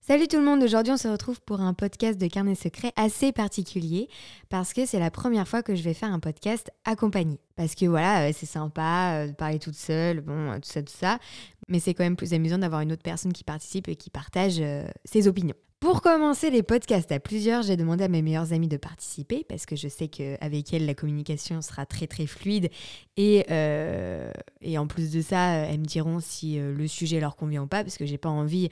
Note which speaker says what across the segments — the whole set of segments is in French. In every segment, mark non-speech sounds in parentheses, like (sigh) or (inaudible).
Speaker 1: Salut tout le monde, aujourd'hui on se retrouve pour un podcast de Carnet Secret assez particulier parce que c'est la première fois que je vais faire un podcast accompagné. Parce que voilà, euh, c'est sympa euh, de parler toute seule, bon, euh, tout ça, tout ça, mais c'est quand même plus amusant d'avoir une autre personne qui participe et qui partage euh, ses opinions. Pour commencer les podcasts à plusieurs, j'ai demandé à mes meilleures amies de participer parce que je sais qu'avec elles la communication sera très très fluide et, euh, et en plus de ça, elles me diront si euh, le sujet leur convient ou pas parce que j'ai pas envie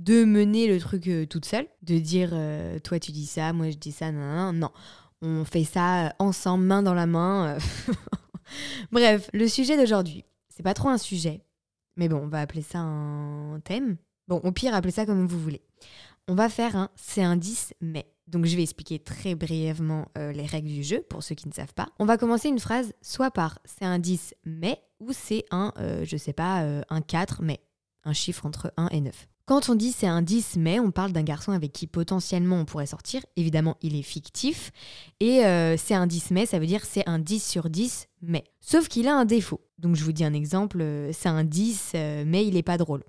Speaker 1: de mener le truc euh, toute seule, de dire euh, toi tu dis ça, moi je dis ça, non, non, non. On fait ça euh, ensemble, main dans la main. euh. (laughs) Bref, le sujet d'aujourd'hui, c'est pas trop un sujet, mais bon, on va appeler ça un thème. Bon, au pire, appelez ça comme vous voulez. On va faire un c'est un 10 mais. Donc je vais expliquer très brièvement euh, les règles du jeu pour ceux qui ne savent pas. On va commencer une phrase soit par c'est un 10 mais ou c'est un, euh, je sais pas, euh, un 4 mais un chiffre entre 1 et 9. Quand on dit c'est un 10 mai, on parle d'un garçon avec qui potentiellement on pourrait sortir. Évidemment, il est fictif. Et euh, c'est un 10 mai, ça veut dire c'est un 10 sur 10 mai. Sauf qu'il a un défaut. Donc je vous dis un exemple, euh, c'est un 10 euh, mais il n'est pas drôle.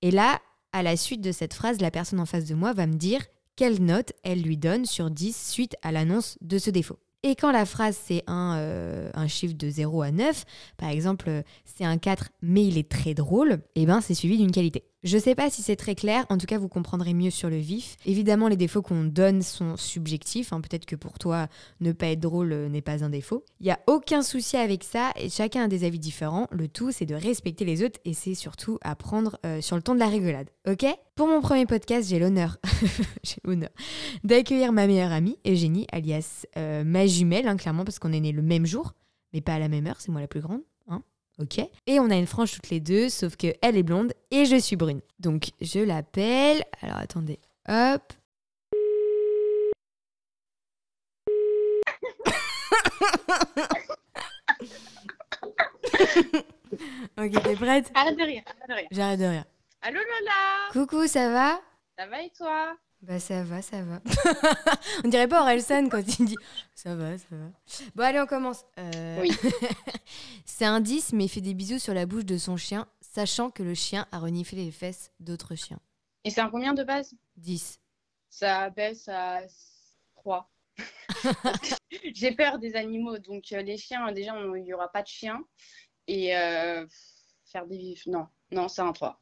Speaker 1: Et là, à la suite de cette phrase, la personne en face de moi va me dire quelle note elle lui donne sur 10 suite à l'annonce de ce défaut. Et quand la phrase c'est un, euh, un chiffre de 0 à 9, par exemple, euh, c'est un 4 mais il est très drôle, et ben c'est suivi d'une qualité. Je sais pas si c'est très clair, en tout cas vous comprendrez mieux sur le vif. Évidemment les défauts qu'on donne sont subjectifs, hein, peut-être que pour toi ne pas être drôle euh, n'est pas un défaut. Il y a aucun souci avec ça et chacun a des avis différents, le tout c'est de respecter les autres et c'est surtout apprendre euh, sur le ton de la rigolade, ok Pour mon premier podcast j'ai l'honneur, (laughs) j'ai l'honneur d'accueillir ma meilleure amie Eugénie alias euh, ma jumelle hein, clairement parce qu'on est nés le même jour mais pas à la même heure, c'est moi la plus grande, hein Ok. Et on a une frange toutes les deux, sauf que elle est blonde et je suis brune. Donc je l'appelle. Alors attendez, hop. (laughs) ok, t'es prête
Speaker 2: Arrête de rire, arrête de rire.
Speaker 1: J'arrête de rire.
Speaker 2: Allô Lola
Speaker 1: Coucou, ça va
Speaker 2: Ça va et toi
Speaker 1: Bah ça va, ça
Speaker 2: (laughs)
Speaker 1: va. on dirait pas Orelsan quand il dit ça va, ça va. Bon allez, on commence. Euh,
Speaker 2: Oui.
Speaker 1: (laughs) C'est un 10 mais il fait des bisous sur la bouche de son chien, sachant que le chien a reniflé les fesses d'autres chiens.
Speaker 2: Et c'est un combien de base
Speaker 1: 10.
Speaker 2: Ça baisse à 3. (laughs) J'ai peur des animaux, donc euh, les chiens, euh, déjà, on- il n'y aura pas de chiens. Et euh, faire des vifs, non, non, c'est un 3.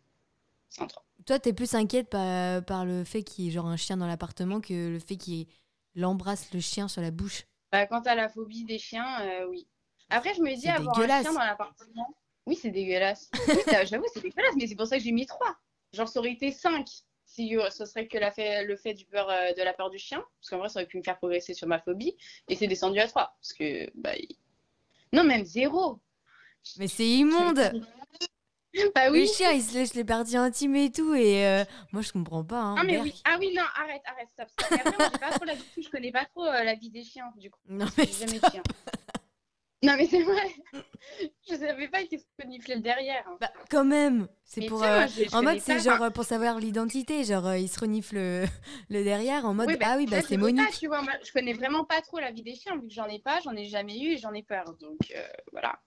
Speaker 2: C'est un 3.
Speaker 1: Toi, t'es plus inquiète par, par le fait qu'il y ait genre un chien dans l'appartement que le fait qu'il l'embrasse le chien sur la bouche.
Speaker 2: Bah, quant à la phobie des chiens, euh, oui. Après, je me dis
Speaker 1: C'est
Speaker 2: avoir un
Speaker 1: dégueulasse.
Speaker 2: chien dans l'appartement. Oui, c'est dégueulasse.
Speaker 1: (laughs)
Speaker 2: Oui, ça, j'avoue, c'est dégueulasse, mais c'est pour ça que j'ai mis 3. Genre, ça aurait été 5 si euh, ce serait que la fait, le fait du peur, euh, de la peur du chien. Parce qu'en vrai, ça aurait pu me faire progresser sur ma phobie. Et c'est descendu à 3. Parce que, bah. il- Non, même 0.
Speaker 1: Mais c'est immonde
Speaker 2: Bah
Speaker 1: Le
Speaker 2: oui.
Speaker 1: chien, il se lèche les parties intimes et tout, et euh, moi, je comprends pas. hein,
Speaker 2: Ah, mais
Speaker 1: merde.
Speaker 2: oui. Ah oui, non, arrête, arrête, stop. stop. Mais après, moi, j'ai pas trop l'habitude, je connais pas trop euh, la vie des chiens, du coup.
Speaker 1: Non, mais
Speaker 2: J'ai jamais de
Speaker 1: (laughs)
Speaker 2: chien. Non, mais c'est vrai. (laughs) je savais pas qu'il se reniflait le derrière. hein.
Speaker 1: bah, quand même C'est
Speaker 2: Mais
Speaker 1: pour.
Speaker 2: tu sais, moi,
Speaker 1: euh,
Speaker 2: je- je
Speaker 1: en
Speaker 2: connais
Speaker 1: mode, c'est
Speaker 2: pas,
Speaker 1: genre
Speaker 2: enfin,
Speaker 1: euh, pour savoir l'identité, genre euh, il se renifle le, (laughs) le derrière en mode
Speaker 2: oui, bah,
Speaker 1: ah oui,
Speaker 2: tu
Speaker 1: bah
Speaker 2: vois,
Speaker 1: c'est
Speaker 2: je connais pas,
Speaker 1: Monique.
Speaker 2: tu vois, moi, je connais vraiment pas trop la vie des chiens, vu que j'en ai pas, j'en ai jamais eu et j'en ai peur. Donc euh, voilà.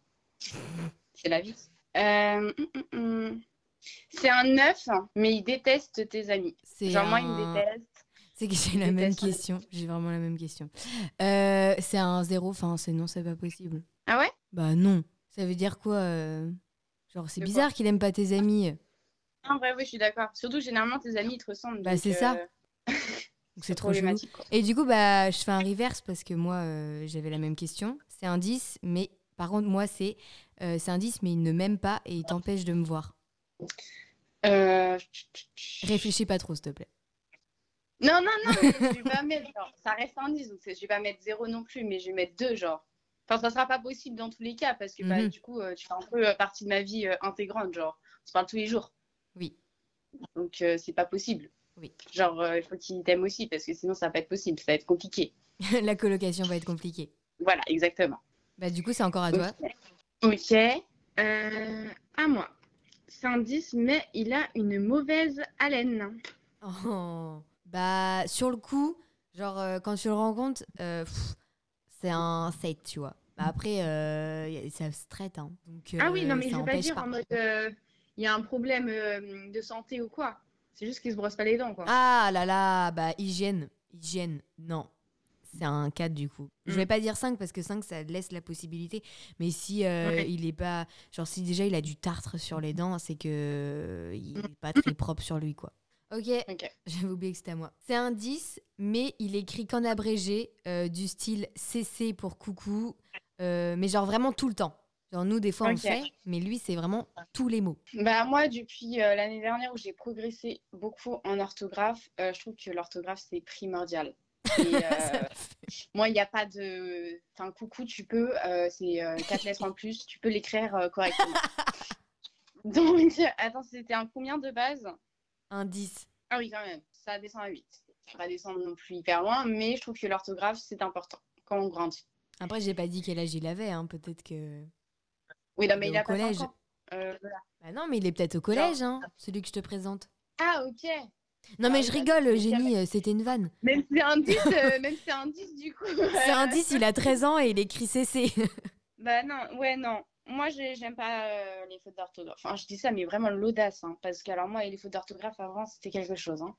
Speaker 2: C'est la vie. Euh, mm, mm, mm. C'est un neuf, mais il déteste tes amis.
Speaker 1: C'est
Speaker 2: Genre, moi, il
Speaker 1: un-
Speaker 2: me déteste.
Speaker 1: (laughs) C'est que j'ai
Speaker 2: Il
Speaker 1: la même
Speaker 2: déteste ça.
Speaker 1: question. J'ai vraiment la même question. Euh, c'est un zéro, enfin, c'est non, c'est pas possible.
Speaker 2: Ah ouais
Speaker 1: Bah non. Ça veut dire quoi euh, Genre, c'est
Speaker 2: De quoi Ah,
Speaker 1: bizarre qu'il aime pas tes amis.
Speaker 2: En vrai, oui, je suis d'accord. Surtout, généralement, tes amis, ils te ressemblent.
Speaker 1: Bah,
Speaker 2: donc,
Speaker 1: c'est ça.
Speaker 2: euh,
Speaker 1: Donc c'est trop chelou.
Speaker 2: problématique. quoi.
Speaker 1: Et du coup, bah, je fais un reverse parce que moi, euh, j'avais la même question. C'est un 10, mais par contre, moi, c'est euh, c'est un 10, mais il ne m'aime pas et il t'empêche de me voir.
Speaker 2: Euh,
Speaker 1: Réfléchis pas trop, s'il te plaît. (laughs)
Speaker 2: Non, non, non, mais je vais pas mettre, genre, ça reste un 10, donc c'est- je vais pas mettre 0 non plus, mais je vais mettre 2, genre. Enfin, ça sera pas possible dans tous les cas, parce que bah,
Speaker 1: Mhm.
Speaker 2: du coup, euh, tu fais un peu euh, partie de ma vie euh, intégrante, genre. On se parle tous les jours,
Speaker 1: Oui.
Speaker 2: donc euh, c'est pas possible.
Speaker 1: Oui.
Speaker 2: Genre, euh, il faut qu'il t'aime aussi, parce que sinon, ça va pas être possible, ça va être compliqué.
Speaker 1: la colocation va être compliquée.
Speaker 2: Voilà, exactement.
Speaker 1: Bah, du coup, c'est encore à toi.
Speaker 2: Ok. Euh, à moi. C'est un 10, mais il a une mauvaise haleine.
Speaker 1: Oh. Bah, sur le coup, genre, euh, quand tu le rencontres, euh, pff, c'est un 7, tu vois. Bah, après, euh, y a- ça se traite. hein. Donc,
Speaker 2: Ah oui,
Speaker 1: euh,
Speaker 2: non, mais
Speaker 1: ça
Speaker 2: je veux pas
Speaker 1: empêche
Speaker 2: dire en mode euh, il y a un problème euh, de santé ou quoi. C'est juste qu'ils se brossent pas les dents, quoi.
Speaker 1: Ah là là, bah hygiène, hygiène, non. C'est un 4 du coup. Je vais
Speaker 2: Mm.
Speaker 1: pas dire 5 parce que 5 ça laisse la possibilité. Mais si euh,
Speaker 2: Ouais.
Speaker 1: il est pas. Genre si déjà il a du tartre sur les dents, c'est que. euh, Il est pas très propre sur lui quoi. Ok,
Speaker 2: Ok.
Speaker 1: j'avais oublié que c'était à moi. C'est un 10, mais il écrit qu'en abrégé, euh, du style CC pour coucou, euh, mais genre vraiment tout le temps. Genre nous des fois on
Speaker 2: Ok.
Speaker 1: fait, mais lui c'est vraiment tous les mots.
Speaker 2: Bah moi, depuis euh, l'année dernière où j'ai progressé beaucoup en orthographe, euh, je trouve que l'orthographe, c'est primordial.
Speaker 1: (laughs)
Speaker 2: Et, euh, moi, il n'y a pas de... Enfin, coucou, tu peux, euh, c'est euh, quatre lettres en plus, tu peux l'écrire euh,
Speaker 1: (laughs)
Speaker 2: correctement. Donc, attends, c'était un combien de base?
Speaker 1: Un 10.
Speaker 2: Ah oui, quand même, ça descend à 8. Ça va pas descendre non plus hyper loin, mais je trouve que l'orthographe, c'est important quand on grandit.
Speaker 1: Après j'ai pas dit quel âge il avait, hein, peut-être que.
Speaker 2: Oui, non,
Speaker 1: Il
Speaker 2: mais
Speaker 1: est
Speaker 2: il a
Speaker 1: au
Speaker 2: pas
Speaker 1: collège.
Speaker 2: 5 ans. Euh, voilà.
Speaker 1: Bah non, mais il est peut-être au collège, hein, celui que je te présente.
Speaker 2: Ah, ok.
Speaker 1: Non, mais
Speaker 2: Ah,
Speaker 1: je
Speaker 2: bah,
Speaker 1: rigole,
Speaker 2: c'est bien.
Speaker 1: Eugénie, euh, c'était une
Speaker 2: (laughs)
Speaker 1: vanne.
Speaker 2: Même si c'est
Speaker 1: (laughs)
Speaker 2: un 10, euh, même si c'est un 10, du coup.
Speaker 1: C'est un 10, il a 13 ans et il écrit CC.
Speaker 2: Bah non, ouais, non. Moi, j'ai- j'aime pas euh, les fautes d'orthographe. Enfin, je dis ça, mais vraiment l'audace, hein, parce que alors moi, les fautes d'orthographe avant, c'était quelque chose. hein.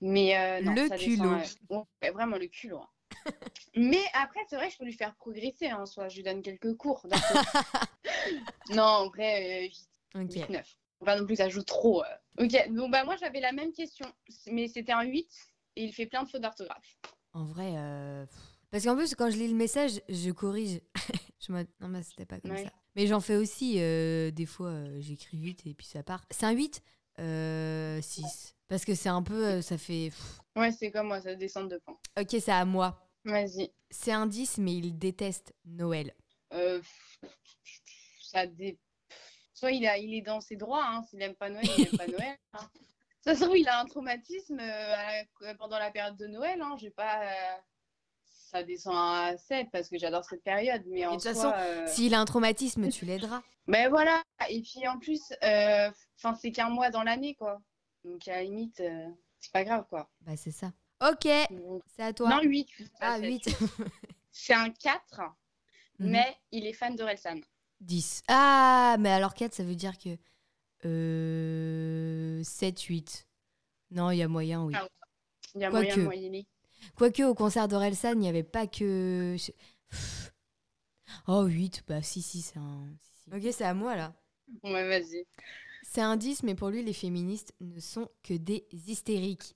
Speaker 2: Mais euh, non,
Speaker 1: Le
Speaker 2: ça
Speaker 1: culot.
Speaker 2: descend, euh, ouais, vraiment le culot. hein. (laughs) Mais après, c'est vrai, je peux lui faire progresser hein, en soi. Je lui donne quelques cours d'orthographe.
Speaker 1: (laughs)
Speaker 2: Non, en vrai, euh,
Speaker 1: (laughs) Ok.
Speaker 2: 19. Enfin, non plus, ça joue trop. euh. Ok, donc bah moi, j'avais la même question, mais c'était un 8, et il fait plein de fautes d'orthographe.
Speaker 1: En vrai. euh, pff. Parce qu'en plus, quand je lis le message, je corrige. (laughs) je me non, mais c'était pas comme
Speaker 2: Ouais.
Speaker 1: ça. Mais j'en fais aussi. euh, des fois, euh, j'écris vite et puis ça part. C'est un 8 euh, 6. Parce que c'est un peu. euh, ça fait. pff.
Speaker 2: Ouais, c'est comme moi, ça descend de points.
Speaker 1: Ok, c'est à moi.
Speaker 2: Vas-y.
Speaker 1: C'est un 10, mais il déteste Noël.
Speaker 2: Euh, ça dé- Soit il, a, il est dans ses droits, hein. s'il n'aime pas Noël,
Speaker 1: (laughs)
Speaker 2: il n'aime pas Noël. hein. Ça se trouve, il a un traumatisme euh, à la- pendant la période de Noël. Hein. J'ai pas, euh, Ça descend à 7 parce que j'adore cette période. Mais en
Speaker 1: de toute
Speaker 2: soi,
Speaker 1: façon,
Speaker 2: euh,
Speaker 1: S'il a un traumatisme, tu l'aideras.
Speaker 2: ben voilà. Et puis en plus, euh, 'fin, c'est qu'un mois dans l'année, quoi. Donc à la limite, euh, c'est pas grave, quoi.
Speaker 1: Bah, c'est ça. Ok,
Speaker 2: Donc-
Speaker 1: c'est à toi.
Speaker 2: Non, 8.
Speaker 1: ah, 8.
Speaker 2: C'est un 4,
Speaker 1: Mhm.
Speaker 2: mais il est fan d'Orelsan.
Speaker 1: 10. Ah, mais alors 4, ça veut dire que. Euh, 7, 8. Non, il y a moyen, oui.
Speaker 2: Ah ouais. Il y a
Speaker 1: Quoique.
Speaker 2: moyen de moyenner.
Speaker 1: Quoique, au concert d'Orelsan, il n'y avait pas que. je- Oh, 8. Bah, si, si, c'est un. si, si. Ok, c'est à moi, là.
Speaker 2: Ouais, ben, vas-y.
Speaker 1: C'est un 10, mais pour lui, les féministes ne sont que des hystériques.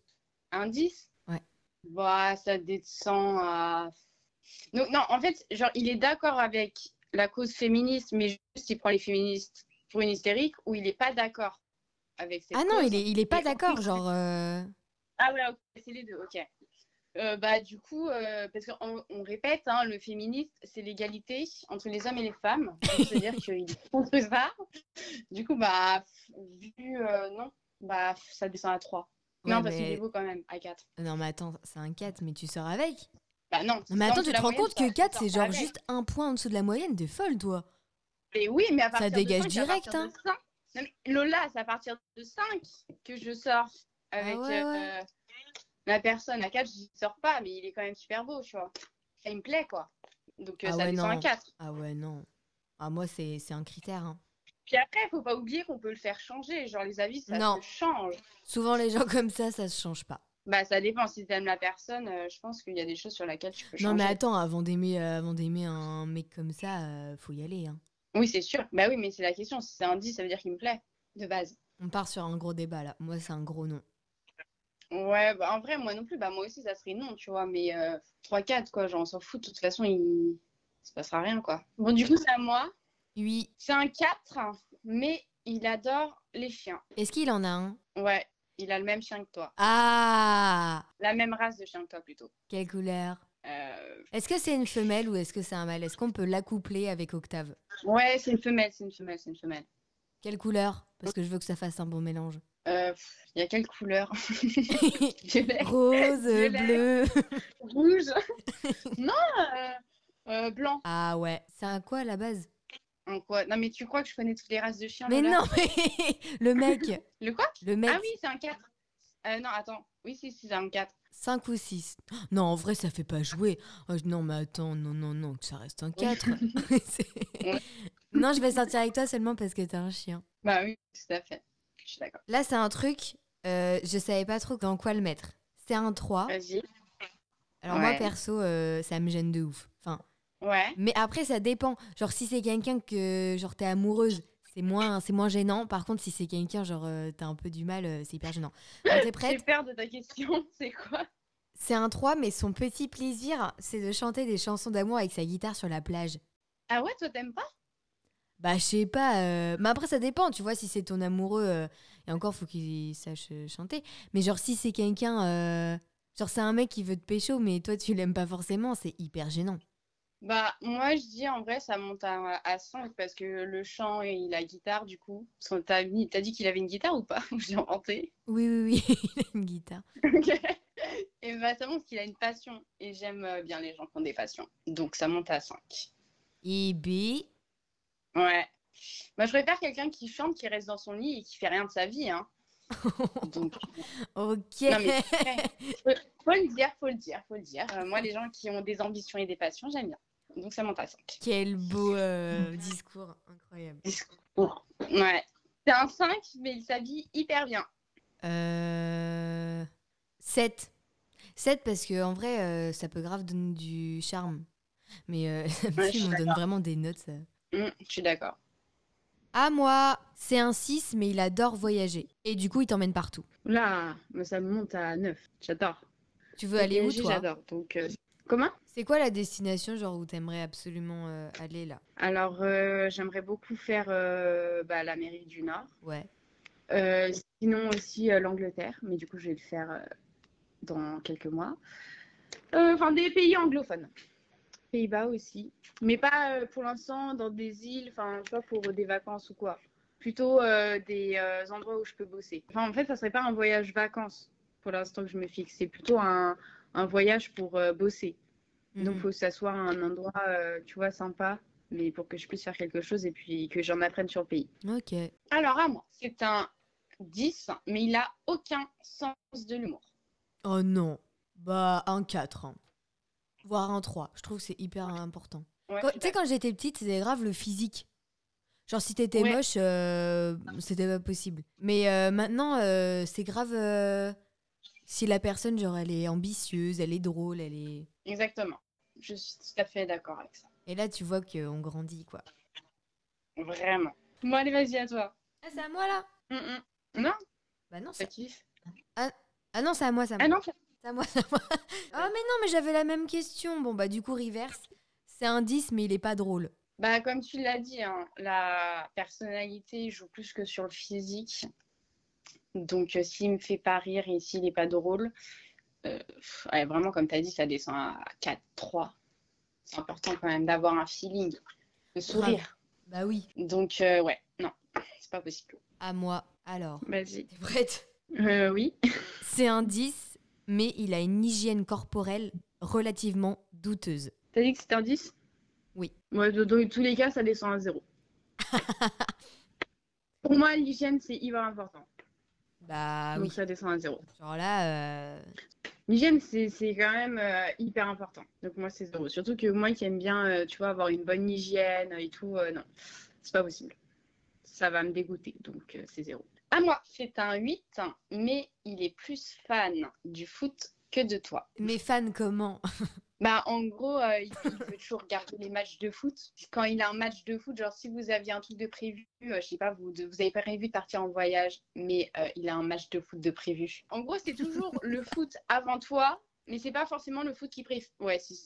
Speaker 2: Un 10
Speaker 1: Ouais.
Speaker 2: Bah, ça descend à. Non, non, en fait, genre, il est d'accord avec la cause féministe, mais juste il prend les féministes pour une hystérique, ou il n'est pas d'accord avec cette
Speaker 1: Ah non,
Speaker 2: cause.
Speaker 1: il est, il est pas
Speaker 2: Et en
Speaker 1: d'accord,
Speaker 2: plus-
Speaker 1: genre. euh,
Speaker 2: Ah ouais, ok, c'est les deux, ok. Euh, bah, du coup, euh, parce qu'on on répète, hein, le féministe, c'est l'égalité entre les hommes et les femmes. Donc, C'est-à-dire (laughs) qu'il est contre ça. Du coup, bah, vu, euh, non, bah, ça descend à 3. non,
Speaker 1: ouais,
Speaker 2: parce qu'il est
Speaker 1: mais...
Speaker 2: beau quand même, à 4.
Speaker 1: Non, mais attends, c'est un 4, mais tu sors avec.
Speaker 2: Bah non.
Speaker 1: Non, mais
Speaker 2: sans
Speaker 1: attends, tu
Speaker 2: la
Speaker 1: te rends
Speaker 2: moyenne,
Speaker 1: compte
Speaker 2: ça-
Speaker 1: que 4,
Speaker 2: ça
Speaker 1: c'est genre
Speaker 2: va.
Speaker 1: juste un point en dessous de la moyenne, des folle, toi.
Speaker 2: Mais oui, mais à partir
Speaker 1: dégage
Speaker 2: de 5,
Speaker 1: direct, hein.
Speaker 2: à partir de 5. Non, mais Lola, c'est à partir de 5 que je sors avec
Speaker 1: Ah ouais,
Speaker 2: euh,
Speaker 1: ouais.
Speaker 2: la personne. À 4, je sors pas, mais il est quand même super beau, tu vois. Ça me plaît, quoi. Donc euh,
Speaker 1: Ah
Speaker 2: ça
Speaker 1: ouais,
Speaker 2: descend
Speaker 1: non.
Speaker 2: à 4.
Speaker 1: Ah ouais, non. Ah, moi, c'est c'est un critère. hein.
Speaker 2: Puis après, faut pas oublier qu'on peut le faire changer. Genre, les avis, ça
Speaker 1: Non.
Speaker 2: se change.
Speaker 1: Souvent, les (laughs) gens comme ça, ça se change pas.
Speaker 2: Bah, ça dépend. Si t'aimes la personne, euh, je pense qu'il y a des choses sur lesquelles tu peux changer.
Speaker 1: Non, mais attends, avant d'aimer euh, avant d'aimer un mec comme ça, euh, faut y aller. hein.
Speaker 2: Oui, c'est sûr. Bah oui, mais c'est la question. Si c'est un 10, ça veut dire qu'il me plaît, de base.
Speaker 1: On part sur un gros débat là. Moi, c'est un gros non.
Speaker 2: Ouais, bah en vrai, moi non plus, bah moi aussi, ça serait non, tu vois, mais euh, 3-4, quoi, genre, on s'en fout, de toute façon, il... il se passera rien, quoi. Bon, du coup, c'est à moi.
Speaker 1: Oui.
Speaker 2: C'est un 4, mais il adore les chiens.
Speaker 1: Est-ce qu'il en a un
Speaker 2: Ouais, il a le même chien que toi.
Speaker 1: Ah
Speaker 2: La même race de chien que toi, plutôt.
Speaker 1: Quelle couleur
Speaker 2: Euh,
Speaker 1: Est-ce que c'est une femelle ou est-ce que c'est un mâle Est-ce qu'on peut l'accoupler avec Octave
Speaker 2: Ouais, c'est une femelle, c'est une femelle, c'est une femelle.
Speaker 1: Quelle couleur Parce que je veux que ça fasse un bon
Speaker 2: (laughs)
Speaker 1: mélange.
Speaker 2: Euh, pff, il y a quelle (laughs) couleur? Violet,
Speaker 1: Rose, bleu.
Speaker 2: (laughs) rouge? Non, euh, euh, blanc.
Speaker 1: Ah ouais. C'est un quoi à la base
Speaker 2: En quoi? Non, mais tu crois que je connais toutes les races de chiens,
Speaker 1: Mais
Speaker 2: Lola
Speaker 1: non, mais (laughs) le mec,
Speaker 2: Le quoi?
Speaker 1: le mec,
Speaker 2: Ah oui, c'est un 4. Euh, non, attends. Oui, si, si, c'est un 4.
Speaker 1: 5 ou 6. Non, en vrai, ça fait pas jouer. Oh, non, mais attends, non, non, non, que ça reste un (laughs) 4.
Speaker 2: Ouais.
Speaker 1: non, je vais sortir avec toi seulement parce que t'as un chien.
Speaker 2: Bah oui, tout à fait. Je suis d'accord.
Speaker 1: Là, c'est un truc, Euh, je savais pas trop dans quoi le mettre. C'est un 3.
Speaker 2: Vas-y.
Speaker 1: Alors moi,
Speaker 2: Ouais.
Speaker 1: perso, euh, ça me gêne de ouf. Enfin,
Speaker 2: Ouais.
Speaker 1: mais après, ça dépend. Genre, si c'est quelqu'un que, genre, t'es amoureuse, c'est moins, c'est moins gênant. Par contre, si c'est quelqu'un, genre, euh, t'as un peu du mal, euh, c'est hyper gênant. Alors, T'es
Speaker 2: J'ai (laughs)
Speaker 1: prête
Speaker 2: peur de ta question. (laughs) C'est quoi
Speaker 1: C'est un 3, mais son petit plaisir, c'est de chanter des chansons d'amour avec sa guitare sur la plage.
Speaker 2: Ah ouais, toi t'aimes pas
Speaker 1: Bah, je sais pas. euh, Mais après, ça dépend, tu vois, si c'est ton amoureux. euh, Et encore, faut qu'il sache euh, chanter. Mais genre, si c'est quelqu'un. euh, Genre, c'est un mec qui veut te pécho, mais toi, tu l'aimes pas forcément, c'est hyper gênant.
Speaker 2: Bah moi je dis en vrai ça monte à, à 5 parce que le chant et la guitare du coup. Parce que T'as mis- t'as dit qu'il avait une guitare ou pas (laughs) J'ai inventé.
Speaker 1: Oui, oui, (laughs) oui, il a une guitare.
Speaker 2: Ok. Et bah ça montre qu'il a une passion. Et j'aime euh, bien les gens qui ont des passions. Donc ça monte à 5.
Speaker 1: Et B.
Speaker 2: Ouais. Moi je préfère quelqu'un qui chante, qui reste dans son lit et qui fait rien de sa vie. Hein. Donc
Speaker 1: Ok.
Speaker 2: Non, mais c'est vrai. Faut- faut le dire, faut le dire, faut le dire. Euh, moi, les gens qui ont des ambitions et des passions, j'aime bien. Donc ça monte à 5.
Speaker 1: (laughs) Quel beau
Speaker 2: (laughs)
Speaker 1: euh, discours, incroyable.
Speaker 2: Ouais. C'est un 5, mais il s'habille hyper bien.
Speaker 1: Euh... 7. 7 parce que en vrai, euh, ça peut grave donner du charme. Mais euh, (laughs)
Speaker 2: Ouais, je
Speaker 1: si
Speaker 2: suis
Speaker 1: on donne vraiment des notes. ça.
Speaker 2: Hum, je suis d'accord.
Speaker 1: À moi, c'est un 6, mais il adore voyager. Et du coup, il t'emmène partout.
Speaker 2: Là, mais ça monte à 9. J'adore.
Speaker 1: Tu veux aller où,
Speaker 2: Voyager,
Speaker 1: toi
Speaker 2: J'adore. Donc, euh, comment?
Speaker 1: C'est quoi la destination, genre, où t'aimerais absolument euh, aller, là
Speaker 2: Alors, euh, j'aimerais beaucoup faire euh, bah, l'Amérique du Nord.
Speaker 1: Ouais.
Speaker 2: Euh, sinon aussi euh, l'Angleterre, mais du coup, je vais le faire euh, dans quelques mois. Euh, Enfin, des pays anglophones. Pays-Bas aussi. Mais pas euh, pour l'instant dans des îles, enfin, tu vois, pour des vacances ou quoi. Plutôt euh, des euh, endroits où je peux bosser. Enfin, en fait, ça serait pas un voyage vacances pour l'instant que je me fixe. C'est plutôt un, un voyage pour euh, bosser. Donc,
Speaker 1: Mhm.
Speaker 2: faut que ça soit un endroit, euh, tu vois, sympa, mais pour que je puisse faire quelque chose et puis que j'en apprenne sur le pays.
Speaker 1: Ok.
Speaker 2: Alors, à moi, c'est un 10, mais il a aucun sens de l'humour.
Speaker 1: Oh non. Bah, un 4. hein. Voire un 3. Je trouve que c'est hyper important.
Speaker 2: Ouais,
Speaker 1: Quand-
Speaker 2: je
Speaker 1: Tu
Speaker 2: suis
Speaker 1: sais, quand j'étais petite, c'était grave le physique. Genre, si t'étais
Speaker 2: Ouais.
Speaker 1: moche, euh, c'était pas possible. Mais euh, maintenant, euh, c'est grave euh, si la personne, genre, elle est ambitieuse, elle est drôle, elle est.
Speaker 2: d'accord. Exactement. Je suis tout à fait d'accord avec ça.
Speaker 1: Et là, tu vois qu'on grandit, quoi.
Speaker 2: Vraiment. Bon, allez, vas-y, à toi.
Speaker 1: Ah, c'est à moi, là
Speaker 2: Hum, hum. Non,
Speaker 1: Bah non,
Speaker 2: ça
Speaker 1: c'est...
Speaker 2: kiffe.
Speaker 1: Ah non, c'est à moi, c'est à moi.
Speaker 2: Ah non, ça-
Speaker 1: C'est à moi, c'est à moi. (laughs) Ah, mais non, mais j'avais la même question. Bon, bah, du coup, reverse. C'est un 10, mais il est pas drôle.
Speaker 2: bah, comme tu l'as dit, hein, la personnalité joue plus que sur le physique. Donc, euh, s'il me fait pas rire et s'il n'est pas drôle, euh, pff, ouais, vraiment, comme tu as dit, ça descend à 4, 3. C'est important quand même d'avoir un feeling, le sourire.
Speaker 1: Bah oui.
Speaker 2: Donc, euh, ouais, non, c'est pas possible.
Speaker 1: À moi, alors.
Speaker 2: Vas-y.
Speaker 1: T'es prête
Speaker 2: Euh, oui.
Speaker 1: C'est un 10, mais il a une hygiène corporelle relativement douteuse.
Speaker 2: T'as dit que c'était un 10
Speaker 1: Oui.
Speaker 2: Ouais, dans- dans tous les cas, ça descend à
Speaker 1: (laughs)
Speaker 2: 0. Pour moi, l'hygiène, c'est hyper important.
Speaker 1: Bah
Speaker 2: donc
Speaker 1: oui.
Speaker 2: ça descend à 0.
Speaker 1: Genre là, euh,
Speaker 2: L'hygiène, c'est c'est quand même euh, hyper important. Donc moi, c'est 0. Surtout que moi qui aime bien, euh, tu vois, avoir une bonne hygiène et tout, euh, non, c'est pas possible. Ça va me dégoûter, donc euh, c'est 0. À moi, c'est un 8, mais il est plus fan du foot que de toi.
Speaker 1: mes fans comment
Speaker 2: Bah, en gros, euh, il il veut toujours regarder les matchs de foot. Quand il a un match de foot, genre si vous aviez un truc de prévu, euh, je sais pas, vous, de- vous avez pas prévu de partir en voyage, mais euh, il a un match de foot de prévu. En gros, c'est
Speaker 1: (laughs)
Speaker 2: toujours le foot avant toi, mais c'est pas forcément le foot qu'il préfère. Ouais, si,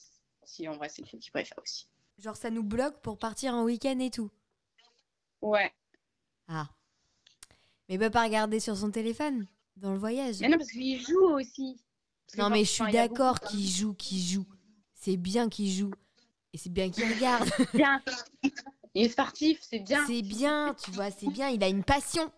Speaker 2: si, en vrai, c'est le foot qu'il préfère aussi.
Speaker 1: Genre ça nous bloque pour partir en week-end et tout.
Speaker 2: Ouais.
Speaker 1: Ah. Mais peut pas regarder sur son téléphone dans le voyage.
Speaker 2: Mais non, parce qu'il joue aussi. Parce que
Speaker 1: Non
Speaker 2: quand-
Speaker 1: mais je suis
Speaker 2: enfin, il y a
Speaker 1: d'accord
Speaker 2: beaucoup de-
Speaker 1: qu'il joue, qu'il joue. C'est bien qu'il joue. Et c'est bien qu'il regarde.
Speaker 2: Bien. (laughs) Il est sportif, c'est bien.
Speaker 1: C'est bien, tu vois, c'est bien. Il a une passion.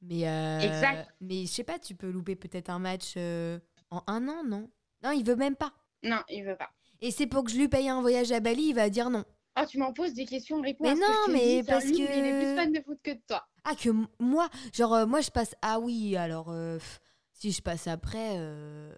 Speaker 1: Mais, euh,
Speaker 2: Exact.
Speaker 1: mais je sais pas, tu peux louper peut-être un match euh, en un an, non Non, il veut même pas.
Speaker 2: Non, il veut pas.
Speaker 1: Et c'est pour que je lui paye un voyage à Bali, il va dire non.
Speaker 2: Ah, tu m'en poses des questions, réponds
Speaker 1: Mais
Speaker 2: à ce que
Speaker 1: non,
Speaker 2: je te
Speaker 1: mais
Speaker 2: dis, t'as
Speaker 1: parce
Speaker 2: lu, mais Il est
Speaker 1: que-
Speaker 2: plus fan de foot que de toi.
Speaker 1: Ah, que m- moi, genre, euh, moi je passe. Ah oui, alors euh, pff, si je passe après. euh,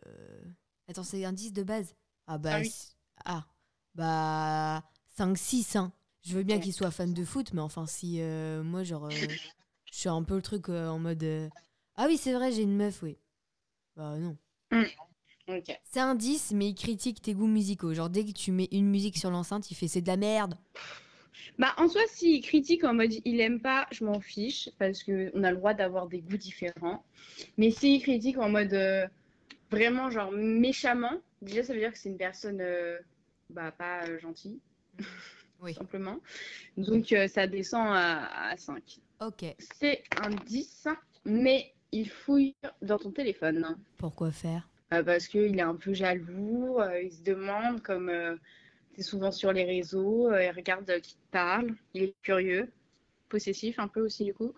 Speaker 1: Attends, c'est un 10 de base Ah bah.
Speaker 2: Ah oui.
Speaker 1: si- Ah, bah. 5-6, hein. Je veux bien
Speaker 2: Ok.
Speaker 1: qu'il soit fan de foot, mais enfin, si euh, moi, genre, euh, je suis un peu le truc euh, en mode. euh, Ah oui, c'est vrai, j'ai une meuf, oui. Bah non.
Speaker 2: Ok.
Speaker 1: C'est un 10, mais il critique tes goûts musicaux. Genre, dès que tu mets une musique sur l'enceinte, il fait c'est de la merde.
Speaker 2: Bah, en soi, s'il critique en mode il aime pas, je m'en fiche, parce qu'on a le droit d'avoir des goûts différents. Mais s'il critique en mode euh, vraiment, genre méchamment, déjà, ça veut dire que c'est une personne euh, bah, pas euh, gentille, (laughs)
Speaker 1: Oui.
Speaker 2: simplement. Donc, euh, ça descend à, à 5.
Speaker 1: Ok.
Speaker 2: C'est un 10, mais il fouille dans ton téléphone.
Speaker 1: Pourquoi faire
Speaker 2: Euh, parce qu'il est un peu jaloux, euh, il se demande, comme euh, c'est souvent sur les réseaux, euh, il regarde euh, qui te parle, il est curieux, possessif un peu aussi du coup,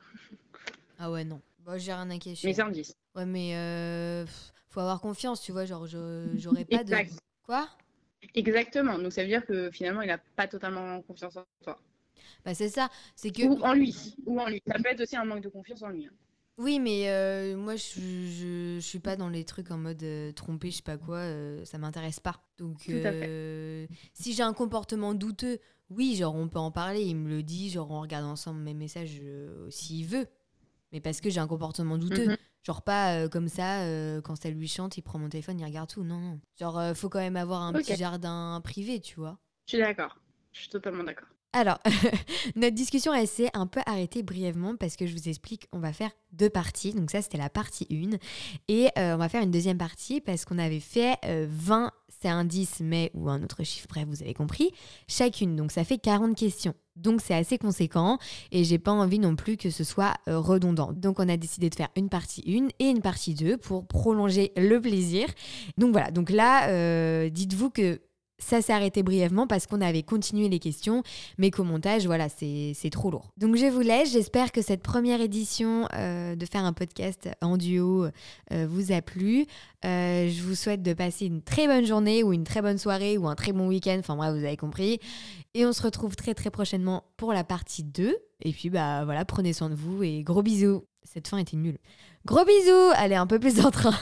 Speaker 1: Ah ouais, non. Bah, j'ai rien à cacher.
Speaker 2: mais c'est un 10.
Speaker 1: Ouais, mais euh, pff, faut avoir confiance, tu vois. Genre, je- j'aurais pas de.
Speaker 2: Exact.
Speaker 1: Quoi
Speaker 2: Exactement, donc ça veut dire que finalement il n'a pas totalement confiance en toi.
Speaker 1: Bah, c'est ça. C'est que.
Speaker 2: Ou en lui, ou en lui. Ça peut être aussi un manque de confiance en lui. hein.
Speaker 1: Oui, mais euh, moi, je, je, je suis pas dans les trucs en mode euh, tromper, je sais pas quoi, euh, ça m'intéresse pas. Donc,
Speaker 2: Tout à fait.
Speaker 1: euh, si j'ai un comportement douteux, oui, genre, on peut en parler, il me le dit, genre, on regarde ensemble mes messages euh, s'il veut. Mais parce que j'ai un comportement douteux.
Speaker 2: Mhm.
Speaker 1: Genre, pas euh, comme ça, euh, quand ça lui chante, il prend mon téléphone, il regarde tout. Non, non. Genre, euh, faut quand même avoir un
Speaker 2: Ok.
Speaker 1: petit jardin privé, tu vois.
Speaker 2: Je suis d'accord, je suis totalement d'accord.
Speaker 1: Alors, (laughs) notre discussion elle s'est un peu arrêtée brièvement parce que je vous explique, on va faire deux parties. Donc ça, c'était la partie 1. Et euh, on va faire une deuxième partie parce qu'on avait fait euh, 20, c'est un 10, mais ou un autre chiffre, bref, vous avez compris, chacune. Donc ça fait 40 questions. Donc c'est assez conséquent et j'ai pas envie non plus que ce soit euh, redondant. Donc on a décidé de faire une partie 1 et une partie 2 pour prolonger le plaisir. Donc voilà, donc là, euh, dites-vous que ça s'est arrêté brièvement parce qu'on avait continué les questions mais qu'au montage, voilà, c'est c'est trop lourd. Donc je vous laisse, j'espère que cette première édition euh, de faire un podcast en duo euh, vous a plu. Euh, je vous souhaite de passer une très bonne journée ou une très bonne soirée ou un très bon week-end, enfin bref, vous avez compris. Et on se retrouve très très prochainement pour la partie 2. Et puis bah voilà, prenez (laughs) soin de vous et gros bisous. Cette fin était nulle. Gros bisous, allez un peu plus en train.